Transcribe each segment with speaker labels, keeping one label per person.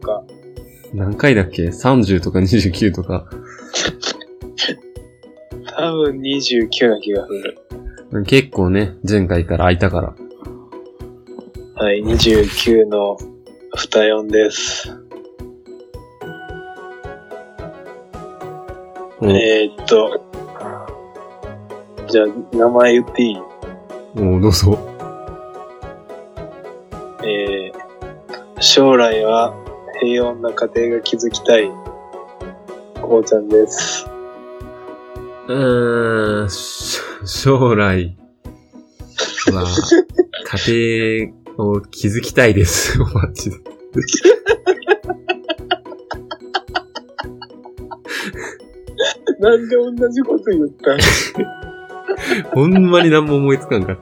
Speaker 1: か。
Speaker 2: 何回だっけ ?30 とか29とか。
Speaker 1: 多分29な気がする。
Speaker 2: 結構ね、前回から空いたから。
Speaker 1: はい、29の二四です。
Speaker 2: も
Speaker 1: えー、っと。じゃあ、名前言っていい
Speaker 2: うん、もうどうぞ。
Speaker 1: えー、将来は平穏な家庭が築きたい、こうちゃんです。
Speaker 2: うーん、し将来は、家庭を築きたいです。 マジで。
Speaker 1: なんで同じこと言ったん
Speaker 2: ほんまに何も思いつかんかっ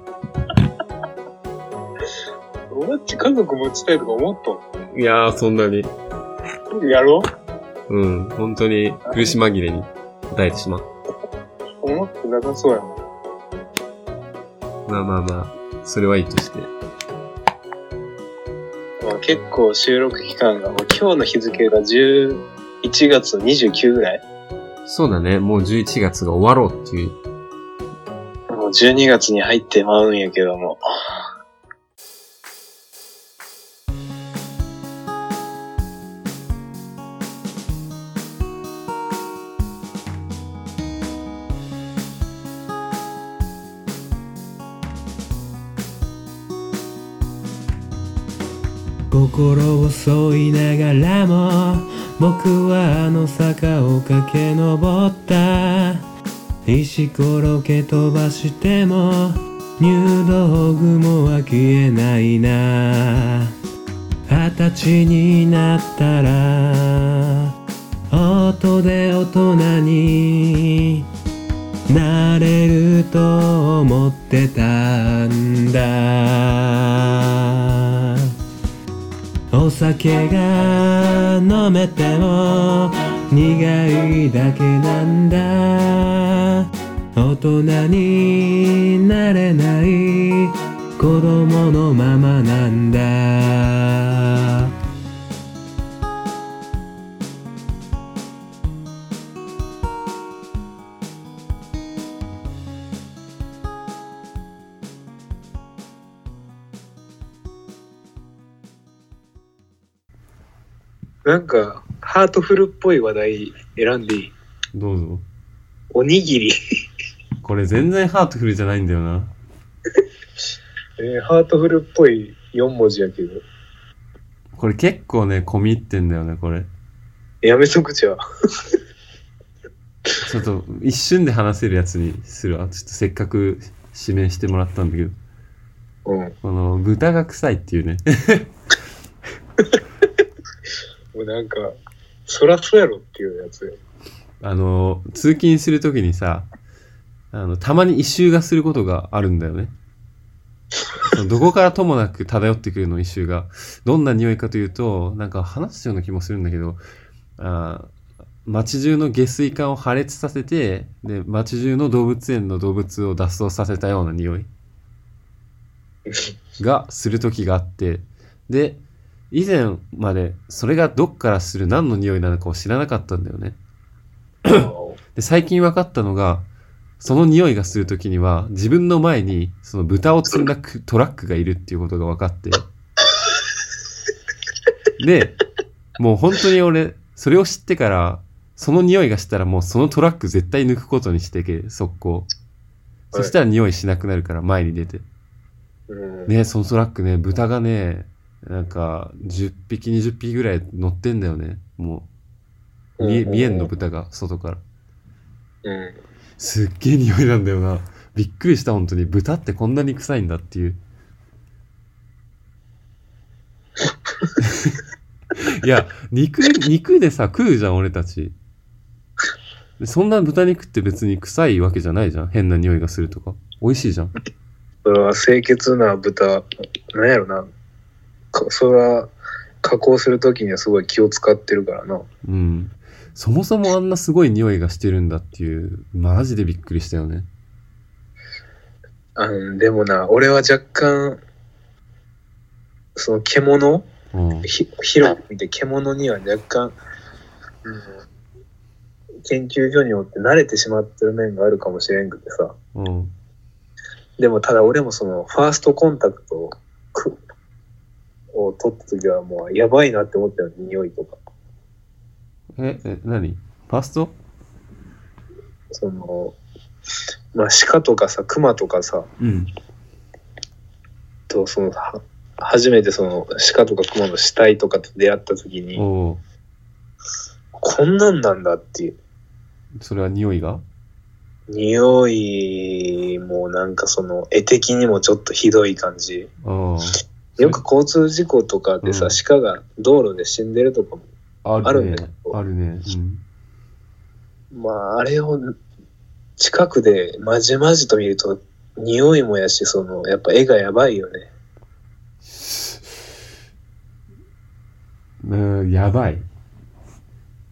Speaker 1: お前っち家族持ちたいとか思っと
Speaker 2: た。いやー、そんなに。
Speaker 1: んやろ
Speaker 2: うん、本当に苦し紛れに答えてしまう。
Speaker 1: 思ってなさそうやもん。
Speaker 2: まあまあまあ、それはいいとして。
Speaker 1: まあ、結構収録期間が、もう今日の日付が11月29ぐらい
Speaker 2: そうだね、もう11月が終わろうっていう。
Speaker 1: もう12月に入ってまうんやけども。
Speaker 3: 心を沿いながらも僕はあの坂を駆け上った石ころけ飛ばしても入道雲は消えないな二十歳になったら音で大人になれると思ってたんだお酒が飲めても苦いだけなんだ大人になれない子供のままなんだ
Speaker 1: なんか、ハートフルっぽい話題選んでいい
Speaker 2: どうぞ。
Speaker 1: おにぎり、
Speaker 2: これ全然ハートフルじゃないんだよな。
Speaker 1: えーハートフルっぽい4文字やけど。
Speaker 2: これ結構ね、込み入ってんだよね、これ。
Speaker 1: やめとくじゃあ。
Speaker 2: ちょっと一瞬で話せるやつにするわ。ちょっとせっかく指名してもらったんだけど。
Speaker 1: うん。
Speaker 2: この、豚が臭いっていうね。
Speaker 1: もうなんか、そらそうやろっていうやつや。
Speaker 2: あの、通勤するときにさ、あの、たまに異臭がすることがあるんだよね。そのどこからともなく漂ってくるの異臭が。どんな匂いかというと、なんか話すような気もするんだけど、あー街中の下水管を破裂させて、で、街中の動物園の動物を脱走させたような匂いがするときがあって、で、以前までそれがどっからする何の匂いなのかを知らなかったんだよね。 で、最近分かったのが、その匂いがするときには、自分の前に、その豚を積んだくトラックがいるっていうことが分かって。で、もう本当に俺、それを知ってから、その匂いがしたらもうそのトラック絶対抜くことにしてけ、速攻。そしたら匂いしなくなるから前に出て。
Speaker 1: うん。
Speaker 2: ね、そのトラックね、豚がね、なんか、10匹、20匹ぐらい乗ってんだよね。もう、見え、見えんの豚が、外から。
Speaker 1: うん。
Speaker 2: すっげえ匂いなんだよな。びっくりした、本当に。豚ってこんなに臭いんだって いう。いや、肉、肉でさ、食うじゃん、俺たち。でそんな豚肉って別に臭いわけじゃないじゃん。変な匂いがするとか。美味しいじゃん。
Speaker 1: それは清潔な豚、なんやろな。かそれは、加工するときにはすごい気を使ってるからな。
Speaker 2: うん。そもそもあんなすごい匂いがしてるんだっていう、マジでびっくりしたよね。
Speaker 1: あのでもな、俺は若干、その獣
Speaker 2: ううん。
Speaker 1: ひ広く見て獣には若干、うん、研究所によって慣れてしまってる面があるかもしれんくてさ
Speaker 2: うん。
Speaker 1: でもただ俺もそのファーストコンタクトをくを取った時はもうやばいなって思ったよ匂いとか
Speaker 2: え、え、何ファースト
Speaker 1: そのまあ鹿とかさ熊とかさ
Speaker 2: うん。
Speaker 1: とそのは初めてその鹿とか熊の死体とかと出会った時
Speaker 2: お
Speaker 1: に
Speaker 2: お。
Speaker 1: こんなんなんだっていう
Speaker 2: それは匂いが
Speaker 1: 匂いもなんかその絵的にもちょっとひどい感じ
Speaker 2: ああ。
Speaker 1: よく交通事故とかでさ、
Speaker 2: うん
Speaker 1: 鹿が道路で死んでるとかも
Speaker 2: あ
Speaker 1: あ
Speaker 2: る
Speaker 1: る
Speaker 2: ね
Speaker 1: んだけ。ど
Speaker 2: あるね。うん。
Speaker 1: まああれを近くでまじまじと見ると匂いもやしそのやっぱ絵がやばいよね
Speaker 2: うん、やばい。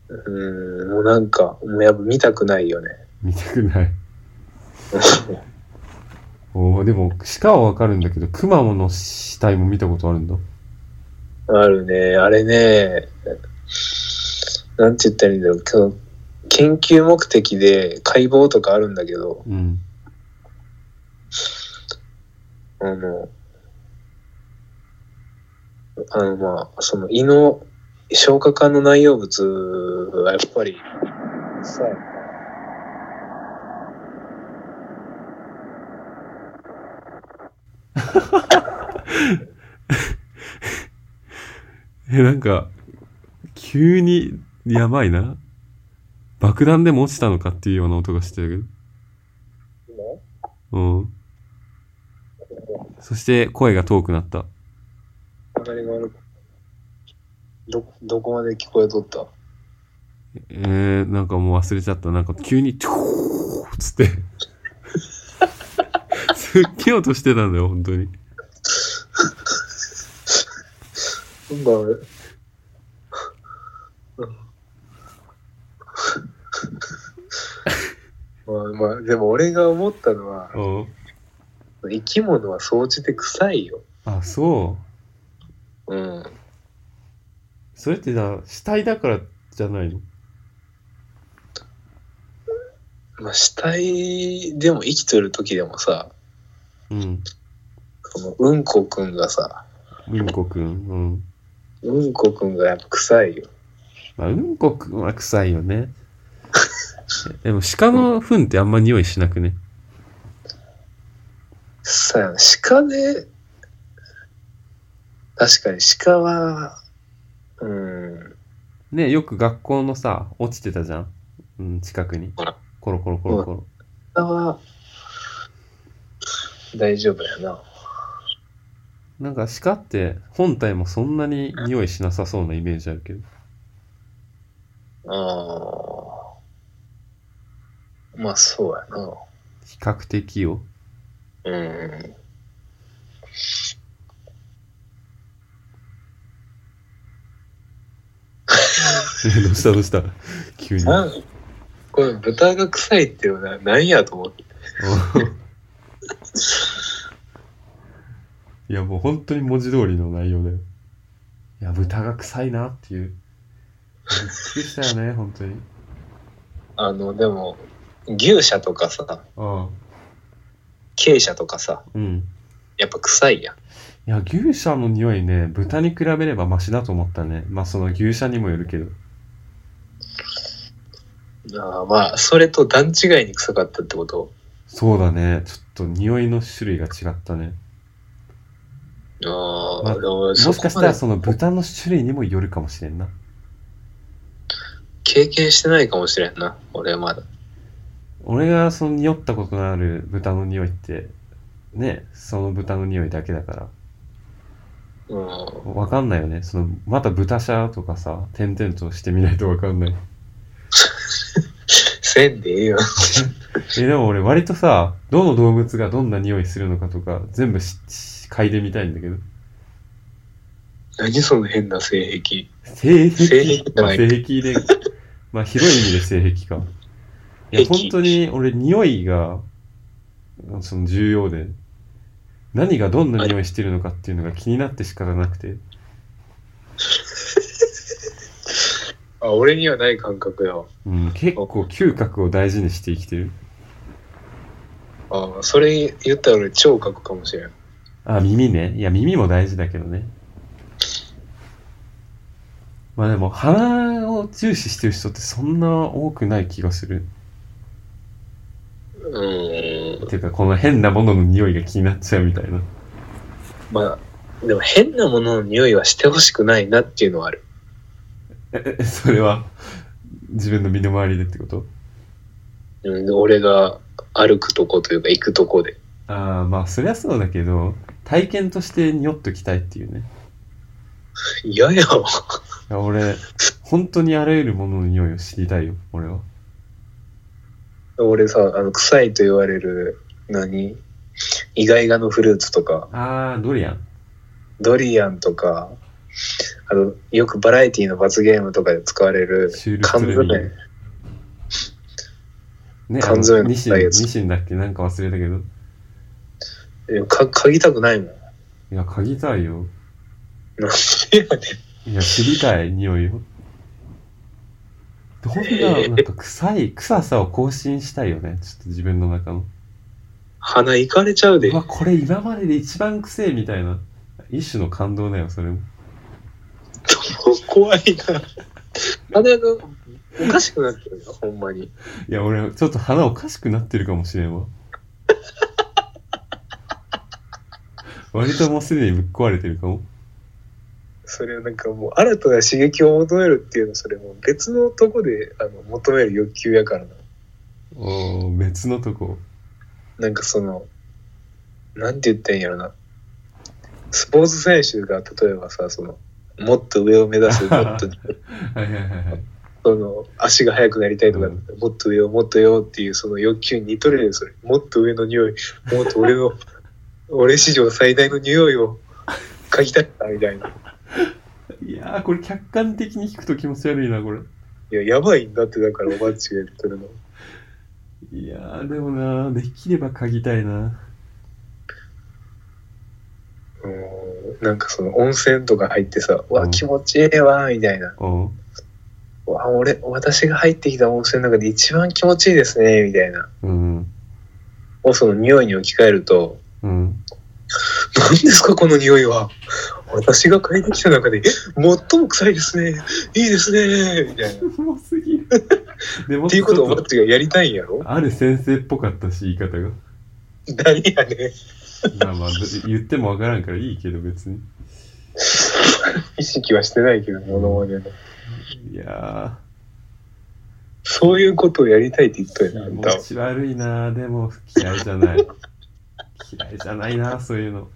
Speaker 1: うんもうなんかもうやっぱ見たくないよね
Speaker 2: 見たくない。おお、でも、鹿はわかるんだけど、熊の死体も見たことあるんだ。
Speaker 1: あるねあれねなんて言ったらいいんだろうその研究目的で解剖とかあるんだけど
Speaker 2: うん。
Speaker 1: あの、あの、まあ、その胃の消化管の内容物はやっぱり、さ、
Speaker 2: え、なんか、急に、やばいな。爆弾でも落ちたのかっていうような音がしてるけど。うん。そして、声が遠くなった。
Speaker 1: 今、流れが悪くど、どこまで聞こえとった
Speaker 2: えー、なんかもう忘れちゃった。なんか急に、チョーッつって。 すっげえ音してたんだよ、本当に。
Speaker 1: なん か、俺うんまあ、まあ、でも俺が思ったのは、
Speaker 2: うん。
Speaker 1: 生き物は掃除で臭いよ。
Speaker 2: あ、そう。
Speaker 1: うん。
Speaker 2: それってさ、死体だからじゃないの
Speaker 1: まあ、死体でも生きてる時でもさ、
Speaker 2: うん。
Speaker 1: そのうんこくんがさ、
Speaker 2: うんこくん。うん。
Speaker 1: うんこくんがやっぱ臭いよ。
Speaker 2: まあ、うんこくんは臭いよね。 でも鹿の糞ってあんま匂いしなくね。
Speaker 1: さやな、鹿で、確かに鹿は、うん、
Speaker 2: ねよく学校のさ、落ちてたじゃん。うん、近くに。
Speaker 1: ほら
Speaker 2: コロコロコロコロ。
Speaker 1: 鹿は大丈夫やな。
Speaker 2: なんか鹿って本体もそんなに匂いしなさそうなイメージあるけど。
Speaker 1: あーまあそうやな。
Speaker 2: 比較的 よ。
Speaker 1: うん。
Speaker 2: えどうしたどうした急に。
Speaker 1: なんこれ豚が臭いっていうのは何やと思って。
Speaker 2: いやもう本当に文字通りの内容だよ。いや、豚が臭いなっていう。びっくりしたよね、本当に。
Speaker 1: あの、でも、牛舎とかさ、
Speaker 2: ああ。
Speaker 1: 鶏舎とかさ、
Speaker 2: うん。
Speaker 1: やっぱ臭いやん。
Speaker 2: いや、牛舎の匂いね、豚に比べればマシだと思ったね。まあその牛舎にもよるけど。
Speaker 1: ああまあ、それと段違いに臭かったってこと
Speaker 2: そうだね。ちょっと匂いの種類が違ったね。
Speaker 1: あ
Speaker 2: ま
Speaker 1: あ、
Speaker 2: あ
Speaker 1: でも
Speaker 2: も
Speaker 1: そ
Speaker 2: し
Speaker 1: こ
Speaker 2: かし
Speaker 1: ま
Speaker 2: たら
Speaker 1: で
Speaker 2: その豚の種類にもよるかもしれんな。
Speaker 1: 経験してないかもしれんな、俺まだ。
Speaker 2: 俺がその匂ったことのある豚の匂いって、ね、その豚の匂いだけだから。
Speaker 1: うん。
Speaker 2: わかんないよね。その、また豚舎とかさ、点々としてみないとわかんない。
Speaker 1: せんでいいよ。
Speaker 2: え、でも俺割とさ、どの動物がどんな匂いするのかとか、全部し、し嗅いでみたいんだけど。
Speaker 1: 何その変な性癖。
Speaker 2: 性
Speaker 1: 性
Speaker 2: 癖
Speaker 1: 癖じ
Speaker 2: ま
Speaker 1: ゃ
Speaker 2: あ
Speaker 1: ない
Speaker 2: 性癖で、まあ広い意味で性癖か。いや、
Speaker 1: 癖
Speaker 2: 本当に俺匂いが、その重要で、何がどんな匂いしてるのかっていうのが気になって仕方なくて。
Speaker 1: あ、俺にはない感覚だわ。
Speaker 2: うん、結構嗅覚を大事にして生きてる。
Speaker 1: あそれ言ったら俺聴覚かもしれん。
Speaker 2: あ、耳ね。いや、耳も大事だけどね。まあでも、鼻を重視してる人ってそんな多くない気がする。
Speaker 1: うーん。
Speaker 2: ていうか、この変なものの匂いが気になっちゃうみたいな。
Speaker 1: まあ、でも変なものの匂いはしてほしくないなっていうのはある。
Speaker 2: え、え それは、自分の身の回りでってこと
Speaker 1: うん、俺が歩くとこというか行くとこで。
Speaker 2: ああ、まあ、そりゃそうだけど、体験として匂っときたいっていうね。
Speaker 1: 嫌やわ。
Speaker 2: いや俺、本当にあらゆるものの匂いを知りたいよ、俺は。
Speaker 1: 俺さ、あの、臭いと言われる、何イガイガのフルーツとか、
Speaker 2: ああ、ドリアン。
Speaker 1: ドリアンとか、あの、よくバラエティの罰ゲームとかで使われる
Speaker 2: シュー、ル
Speaker 1: 缶
Speaker 2: トレビ
Speaker 1: 詰。
Speaker 2: ね、
Speaker 1: 缶詰の
Speaker 2: ニシン、
Speaker 1: 臭い
Speaker 2: ニ
Speaker 1: やつ
Speaker 2: シンだっけなんか忘れたけど。
Speaker 1: えか、嗅ぎたくないもん。
Speaker 2: いや、嗅ぎたいよ。
Speaker 1: なんでやねん
Speaker 2: いや、知りたい、匂いを。どんな、なんか臭い、臭さを更新したいよね。ちょっと自分の中の。
Speaker 1: 鼻いかれちゃうで
Speaker 2: う。わ、これ今までで一番臭いみたいな。一種の感動だよ、それも。
Speaker 1: 怖いな。鼻がおかしくなってるよ、ほんまに。
Speaker 2: いや、俺、ちょっと鼻おかしくなってるかもしれ んわ。割ともうすでにぶっ壊れてるかも。
Speaker 1: それはなんかもう新たな刺激を求めるっていうのはそれもう別のとこであの求める欲求やからな。
Speaker 2: おー別のとこ。
Speaker 1: なんかその、なんて言ったらいいんやろな。スポーツ選手が例えばさ、その、もっと上を目 指す、もっと、
Speaker 2: はいはいはいはい。
Speaker 1: その、足が速くなりたいとか、
Speaker 2: うん
Speaker 1: もっと上を、もっとよっていうその欲求に似とるやんそれ。もっと上の匂い、もっと 俺の、俺史上最大の匂いを嗅ぎたいな、みたいな。
Speaker 2: いやー、これ客観的に聞くと気持ち悪いな、これ。
Speaker 1: いや、やばいんだって、だから、おばっちが言ってるの。
Speaker 2: いやー、でもなー、できれば嗅ぎたいな。
Speaker 1: うーんなんかその温泉とか入ってさ、う
Speaker 2: う
Speaker 1: わ、
Speaker 2: ん
Speaker 1: 気持ちええわ、みたいな。
Speaker 2: おう
Speaker 1: うわ、俺、私が入ってきた温泉の中で一番気持ちいいですね、みたいな。
Speaker 2: うん。
Speaker 1: をその匂いに置き換えると、
Speaker 2: うん。
Speaker 1: 何ですか、この匂いは。私が嗅いできた中で、最も臭いですね。いいですね、みたいな。っ
Speaker 2: キモす ぎる。でも
Speaker 1: ていうことを
Speaker 2: ちょ
Speaker 1: お
Speaker 2: っ
Speaker 1: ばっちがやりたいんやろ
Speaker 2: ある先生っぽかったし、言い方が。
Speaker 1: 何やねん。
Speaker 2: まあまあ、言ってもわからんからいいけど、別に。
Speaker 1: 意識はしてないけど、モノマネの。
Speaker 2: いや
Speaker 1: そういうことをやりたいって言ったよな、あ
Speaker 2: ー、気
Speaker 1: んたは
Speaker 2: 持ち悪いなー。でも、嫌いじゃない。嫌いじゃないなー、そういうの。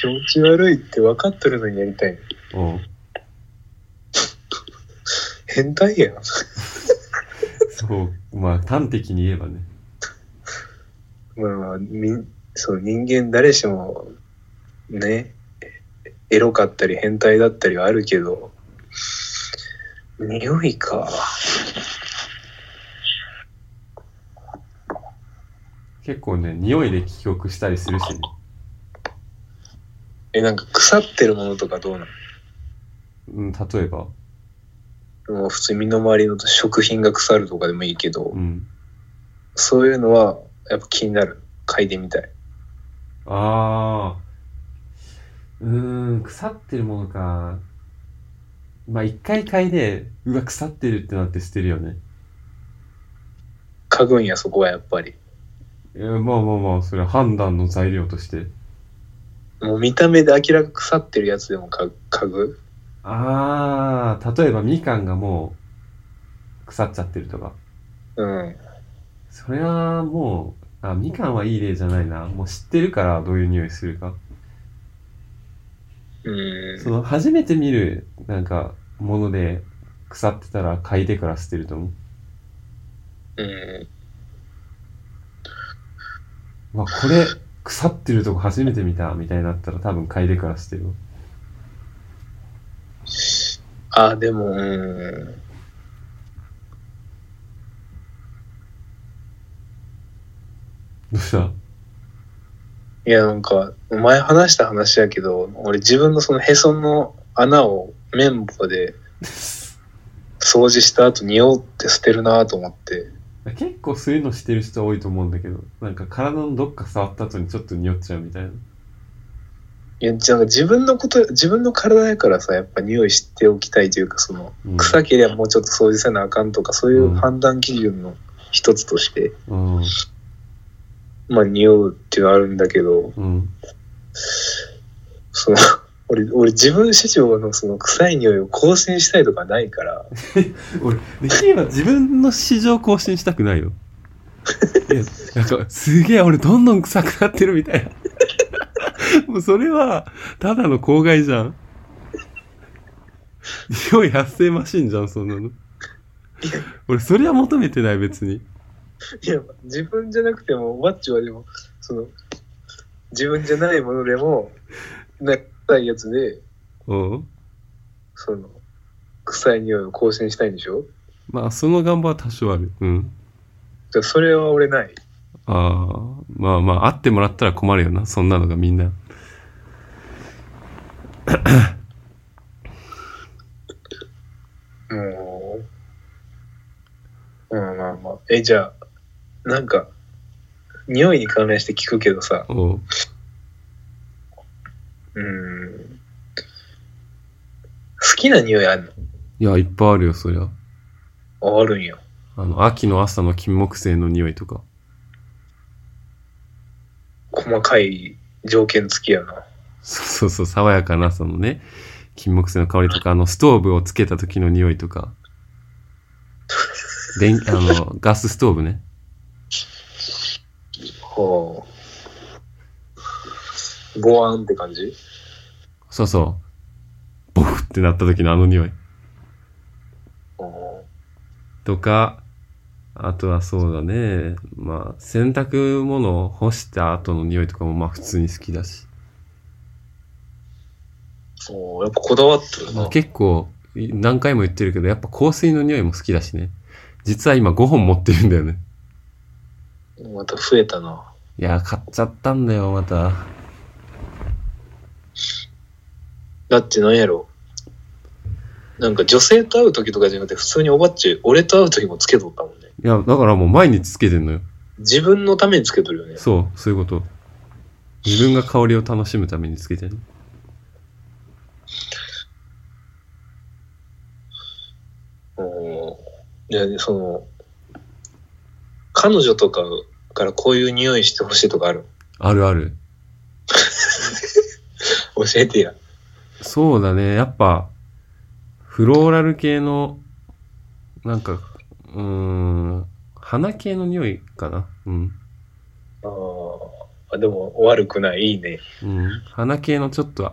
Speaker 1: 気持ち悪いって分かってるのにやりたいの。
Speaker 2: おう
Speaker 1: 変態やん。
Speaker 2: そう、まあ、端的に言えばね。
Speaker 1: まあまあ、みそう人間誰しもねエロかったり変態だったりはあるけど匂いか
Speaker 2: 結構ね、匂いで記憶したりするしね。
Speaker 1: えなんか腐ってるものとかどうな
Speaker 2: うん、例えば。
Speaker 1: のもう普通に身の回りの食品が腐るとかでもいいけど
Speaker 2: うん。
Speaker 1: そういうのはやっぱ気になる嗅いでみたい
Speaker 2: ああ。うーん、腐ってるものか。まあ、一回嗅いで、うわ、腐ってるってなって捨てるよね。
Speaker 1: 嗅ぐんやそこはやっぱり
Speaker 2: いやまあまあまあ、それは判断の材料として。
Speaker 1: もう見た目で明らか腐ってるやつでも嗅ぐ嗅ぐ
Speaker 2: ああ、例えばみかんがもう、腐っちゃってるとか。
Speaker 1: うん
Speaker 2: それはもう、あ、みかんはいい例じゃないな。もう知ってるから、どういう匂いするか。
Speaker 1: う
Speaker 2: そ
Speaker 1: ん
Speaker 2: の、初めて見る、なんか、もので、腐ってたら嗅いでから捨てると思う。
Speaker 1: うん
Speaker 2: まあ、これ、腐ってるとこ初めて見たみたいになったら多分嗅いでからしてるわ。
Speaker 1: あ、でも、うん。
Speaker 2: どうした
Speaker 1: いや、なんか、前話した話やけど、俺自分のそのへその穴を綿棒で掃除した後匂って捨てるなと思って。
Speaker 2: 結構そういうのしてる人多いと思うんだけど、なんか体のどっか触った後にちょっと匂っちゃうみたいな。
Speaker 1: いや、じゃあ自分のこと、自分の体やからさ、やっぱ匂い知っておきたいというか、その、
Speaker 2: うん
Speaker 1: 臭ければもうちょっと掃除せなあかんとか、そういううん判断基準の一つとして、
Speaker 2: うん。
Speaker 1: まあ、匂うっていうのはあるんだけど、
Speaker 2: うん。
Speaker 1: その、 俺、俺自分史上のその臭い匂いを更新したいとかないから、
Speaker 2: 俺できれば自分の市場更新したくないよいやなんかすげえ俺どんどん臭くな ってるみたいなもうそれはただの公害じゃん匂い発生マシンじゃんそんなの俺それは求めてない別に
Speaker 1: いや、自分じゃなくても、ワッチはでも、その、自分じゃないものでも、な臭いやつで、
Speaker 2: うん
Speaker 1: その、臭い匂いを更新したいんでしょ
Speaker 2: まあその願望は多少あるうん
Speaker 1: じゃあそれは俺ない。
Speaker 2: ああまあまあ会ってもらったら困るよなそんなのがみんな
Speaker 1: もう、うん、まあまあ。え、じゃあ、なんか、匂いに関連して聞くけどさ、
Speaker 2: おう
Speaker 1: うん、好きな匂いある
Speaker 2: いやいっぱいあるよそりゃ
Speaker 1: のああるんよ。
Speaker 2: あの秋の朝の金木犀の匂いとか
Speaker 1: 細かい条件付きやな。
Speaker 2: そうそうそう、爽やかな、そのね、金木犀の香りとか、あの、ストーブをつけた時の匂いとか、電あの、ガスストーブね。
Speaker 1: はあ。ボワーンって感じ
Speaker 2: そうそう、ボフってなった時のあの匂い
Speaker 1: ああ
Speaker 2: とか、あとはそうだね、まあ、洗濯物を干した後の匂いとかも、まあ、普通に好きだし、
Speaker 1: そうやっぱこだわって
Speaker 2: ま
Speaker 1: る
Speaker 2: あ、
Speaker 1: な。
Speaker 2: 結構、い何回も言ってるけど、やっぱ香水の匂いも好きだしね。実は今5本持ってるんだよね。
Speaker 1: また増えたな。
Speaker 2: いやー、買っちゃったんだよ、また。
Speaker 1: だってなんやろ。なんか女性と会う時とかじゃなくて普通におばっち、俺と会う時もつけとったもんね。
Speaker 2: いや、だからもう毎日つけてんのよ。
Speaker 1: 自分のためにつけとるよね。
Speaker 2: そう、そういうこと。自分が香りを楽しむためにつけてる。
Speaker 1: うんいや、その、彼女とかからこういう匂いしてほしいとかある
Speaker 2: あるある。
Speaker 1: 教えてや。
Speaker 2: そうだね。やっぱ、フローラル系の、なんか、うーん、花系の匂いかな。うん。
Speaker 1: ああ、でも悪くない、いいね。
Speaker 2: うん。花系のちょっと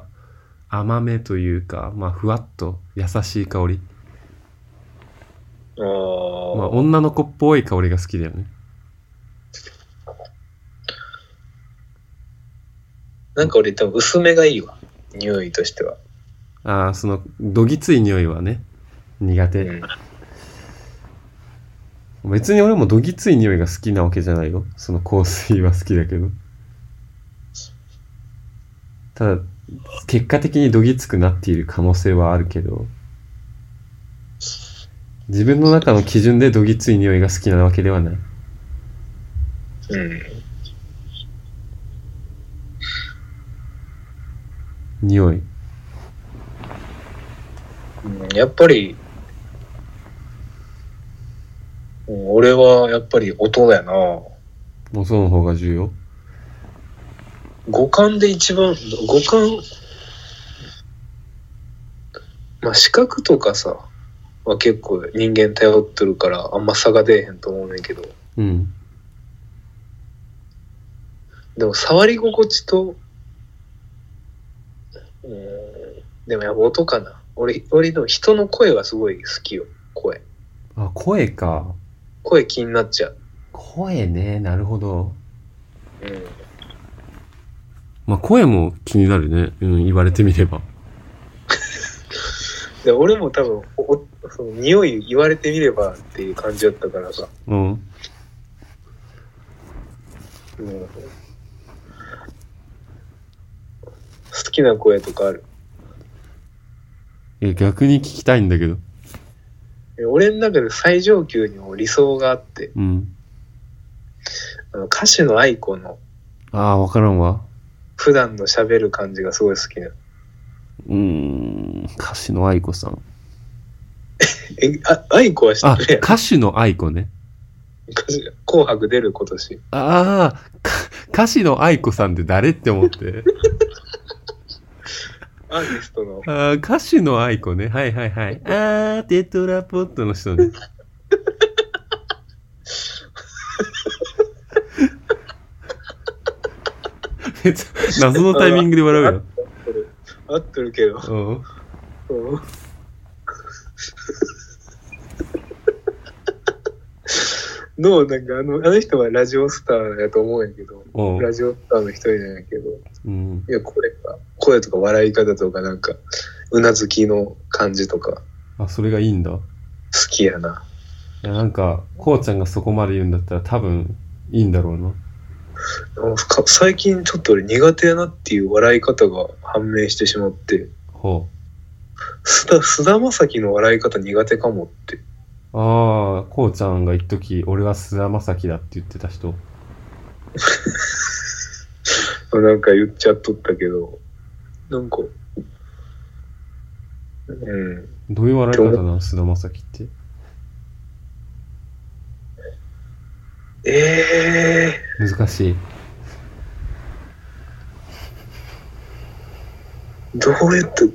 Speaker 2: 甘めというか、まあ、ふわっと優しい香り。
Speaker 1: ああ、
Speaker 2: まあ、女の子っぽい香りが好きだよね。
Speaker 1: なんか俺多分薄めがいいわ。匂いとしては。
Speaker 2: ああ、その、どぎつい匂いはね、苦
Speaker 1: う
Speaker 2: 手。
Speaker 1: ん。
Speaker 2: 別に俺もどぎつい匂いが好きなわけじゃないよ。その香水は好きだけど。ただ、結果的にどぎつくなっている可能性はあるけど、自分の中の基準でどぎつい匂いが好きなわけではない。
Speaker 1: うん。
Speaker 2: 匂い。
Speaker 1: うんやっぱり、うん俺はやっぱり音だよな。
Speaker 2: 音の方が重要。
Speaker 1: 五感で一番、五感、まあ視覚とかさ、は結構人間頼ってるからあんま差が出えへんと思うねんけど、
Speaker 2: うん。
Speaker 1: でも触り心地と、うーん、でもやっぱ音かな。俺、俺でも人の声がすごい好きよ、声。
Speaker 2: あ、声か。
Speaker 1: 声気になっちゃう。
Speaker 2: 声ね、なるほど。
Speaker 1: うん。
Speaker 2: まあ、声も気になるね。うん、言われてみれば。
Speaker 1: で俺も多分おおその匂い言われてみればっていう感じだったからさ、
Speaker 2: うん。
Speaker 1: うん、好きな声とかある
Speaker 2: え、逆に聞きたいんだけど。
Speaker 1: え俺の中で最上級にも理想があって、
Speaker 2: うん。
Speaker 1: あの歌手の愛子の
Speaker 2: ああ、わからんわ。
Speaker 1: 普段の喋る感じがすごい好きなの。
Speaker 2: うーん、歌手の愛子さん。
Speaker 1: え、あ愛子は知
Speaker 2: あ、
Speaker 1: ってるやん。
Speaker 2: 歌手の愛子ね。
Speaker 1: 歌手紅白出る今年。
Speaker 2: ああ、か歌手の愛子さんって誰って思って。
Speaker 1: アーティストの。
Speaker 2: ああ、歌手の愛子ね。はいはいはい。ああ、テトラポットの人ね。めっちゃ謎のタイミングで笑うよ。
Speaker 1: 合ってるけど。
Speaker 2: うん
Speaker 1: うんのなんかあのあの人はラジオスターやと思うんやけど、
Speaker 2: うん
Speaker 1: ラジオスターの一人なんやけど
Speaker 2: うん。
Speaker 1: いや声が声とか笑い方とかなんかうなずきの感じとか好
Speaker 2: あ、それがいいんだ。
Speaker 1: きやない
Speaker 2: や、なんか、こうちゃんがそこまで言うんだったら多分いいんだろうな。
Speaker 1: なんか最近ちょっと俺苦手やなっていう笑い方が判明してしまって
Speaker 2: ほ
Speaker 1: 菅田菅田将暉の笑い方苦手かもって
Speaker 2: う。ああ、こうちゃんが一時俺は菅田将暉だって言ってた人。
Speaker 1: なんか言っちゃっとったけどなんかうん
Speaker 2: どういう笑い方なの菅田将暉って。
Speaker 1: ええ
Speaker 2: 難しい。
Speaker 1: どうやって、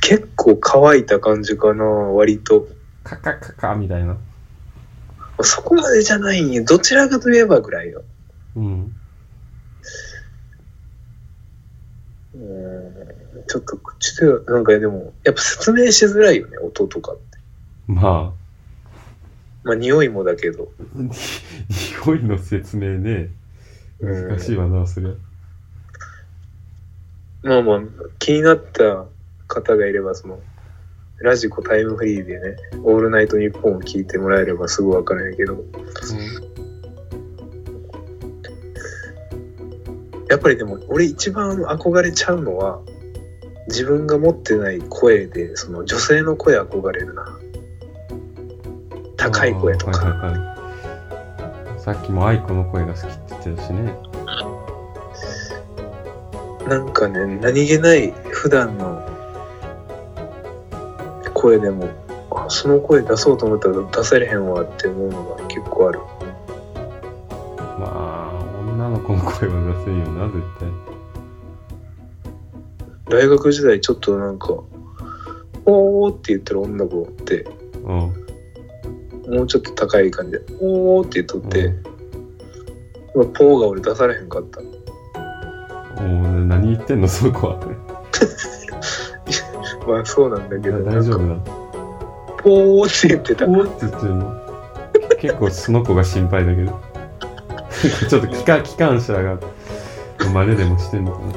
Speaker 1: 結構乾いた感じかな、割と。
Speaker 2: カカカカみたいな。
Speaker 1: そこまでじゃないんや、どちらかといえばぐらいよ。
Speaker 2: うん。
Speaker 1: うーん、ちょっと口では、なんかでも、やっぱ説明しづらいよね、音とかって。
Speaker 2: まあ、
Speaker 1: まあ、匂いもだけど。
Speaker 2: に匂いの説明ね。
Speaker 1: うん
Speaker 2: 難しいわな、それ。
Speaker 1: まあまあ、気になった方がいれば、その、ラジコタイムフリーでね、オールナイトニッポンを聞いてもらえればすぐわかるんやけど、やっぱりでも俺一番憧れちゃうのは自分が持ってない声でその女性の声憧れるな高い声とか、
Speaker 2: あーはいはいはいさっきも愛子の声が好きって言ってたしね。
Speaker 1: なんかね何気ない普段の声でもあその声出そうと思ったら出せれへんわって思うのが結構ある
Speaker 2: まあ、女の子の声は出せんよな、絶対。
Speaker 1: 大学時代ちょっとなんか「おー」って言ってる女の子って
Speaker 2: うん。
Speaker 1: もうちょっと高い感じで「おー」って言っとって、
Speaker 2: うん
Speaker 1: まあポーが俺出されへんかった
Speaker 2: おお何言ってんの、その子は。
Speaker 1: まあそうなんだけど、
Speaker 2: 大丈夫
Speaker 1: なんか
Speaker 2: だ。
Speaker 1: ポーって言ってた。
Speaker 2: おーって言ってるの結構その子が心配だけど ちょっと機関機関車が真似でもしてんのか
Speaker 1: も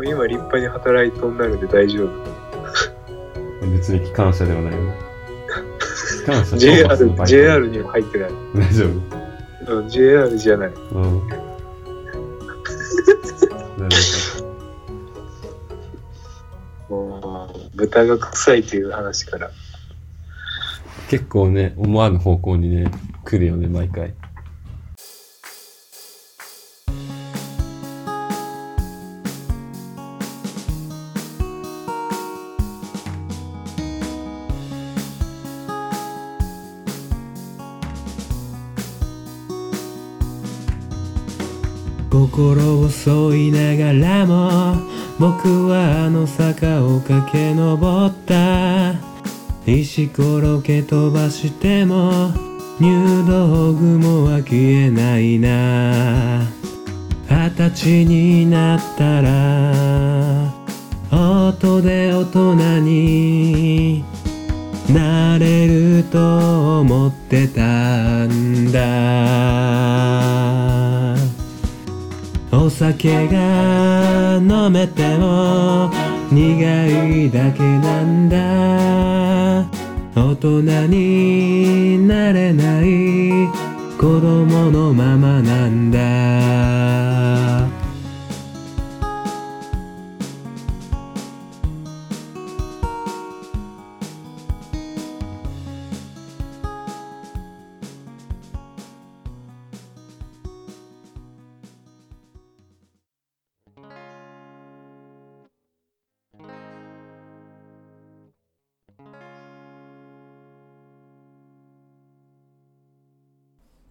Speaker 1: う今立派に働いとんなるで大丈夫。
Speaker 2: な別に機関車ではないよね機関車超バ
Speaker 1: JR、
Speaker 2: スのバイ
Speaker 1: JR にも入ってない。
Speaker 2: ク大丈
Speaker 1: うん、JR じゃない。
Speaker 2: 夫うん なるほど
Speaker 1: もう、豚が臭いという話から。
Speaker 2: 結構ね思わぬ方向にね来るよね毎回
Speaker 3: 心を削いながらも僕はあの坂を駆け上った石ころけ飛ばしても入道雲は消えないな二十歳になったら音で大人になれると思ってたんだお酒が飲めても苦いだけなんだ大人になれない子供のままなんだ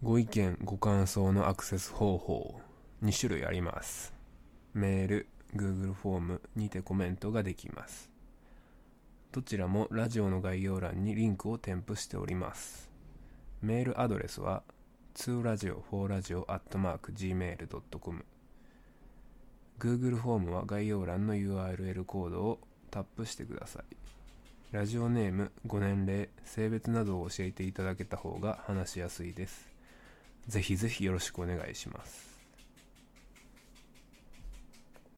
Speaker 4: ご意見、ご感想のアクセス方法、2種類あります。メール、Google フォームにてコメントができます。どちらもラジオの概要欄にリンクを添付しております。メールアドレスは、2radio4radio.gmail.com Google フォームは概要欄の URL コードをタップしてください。ラジオネーム、ご年齢、性別などを教えていただけた方が話しやすいです。ぜひぜひよろしくお願いします。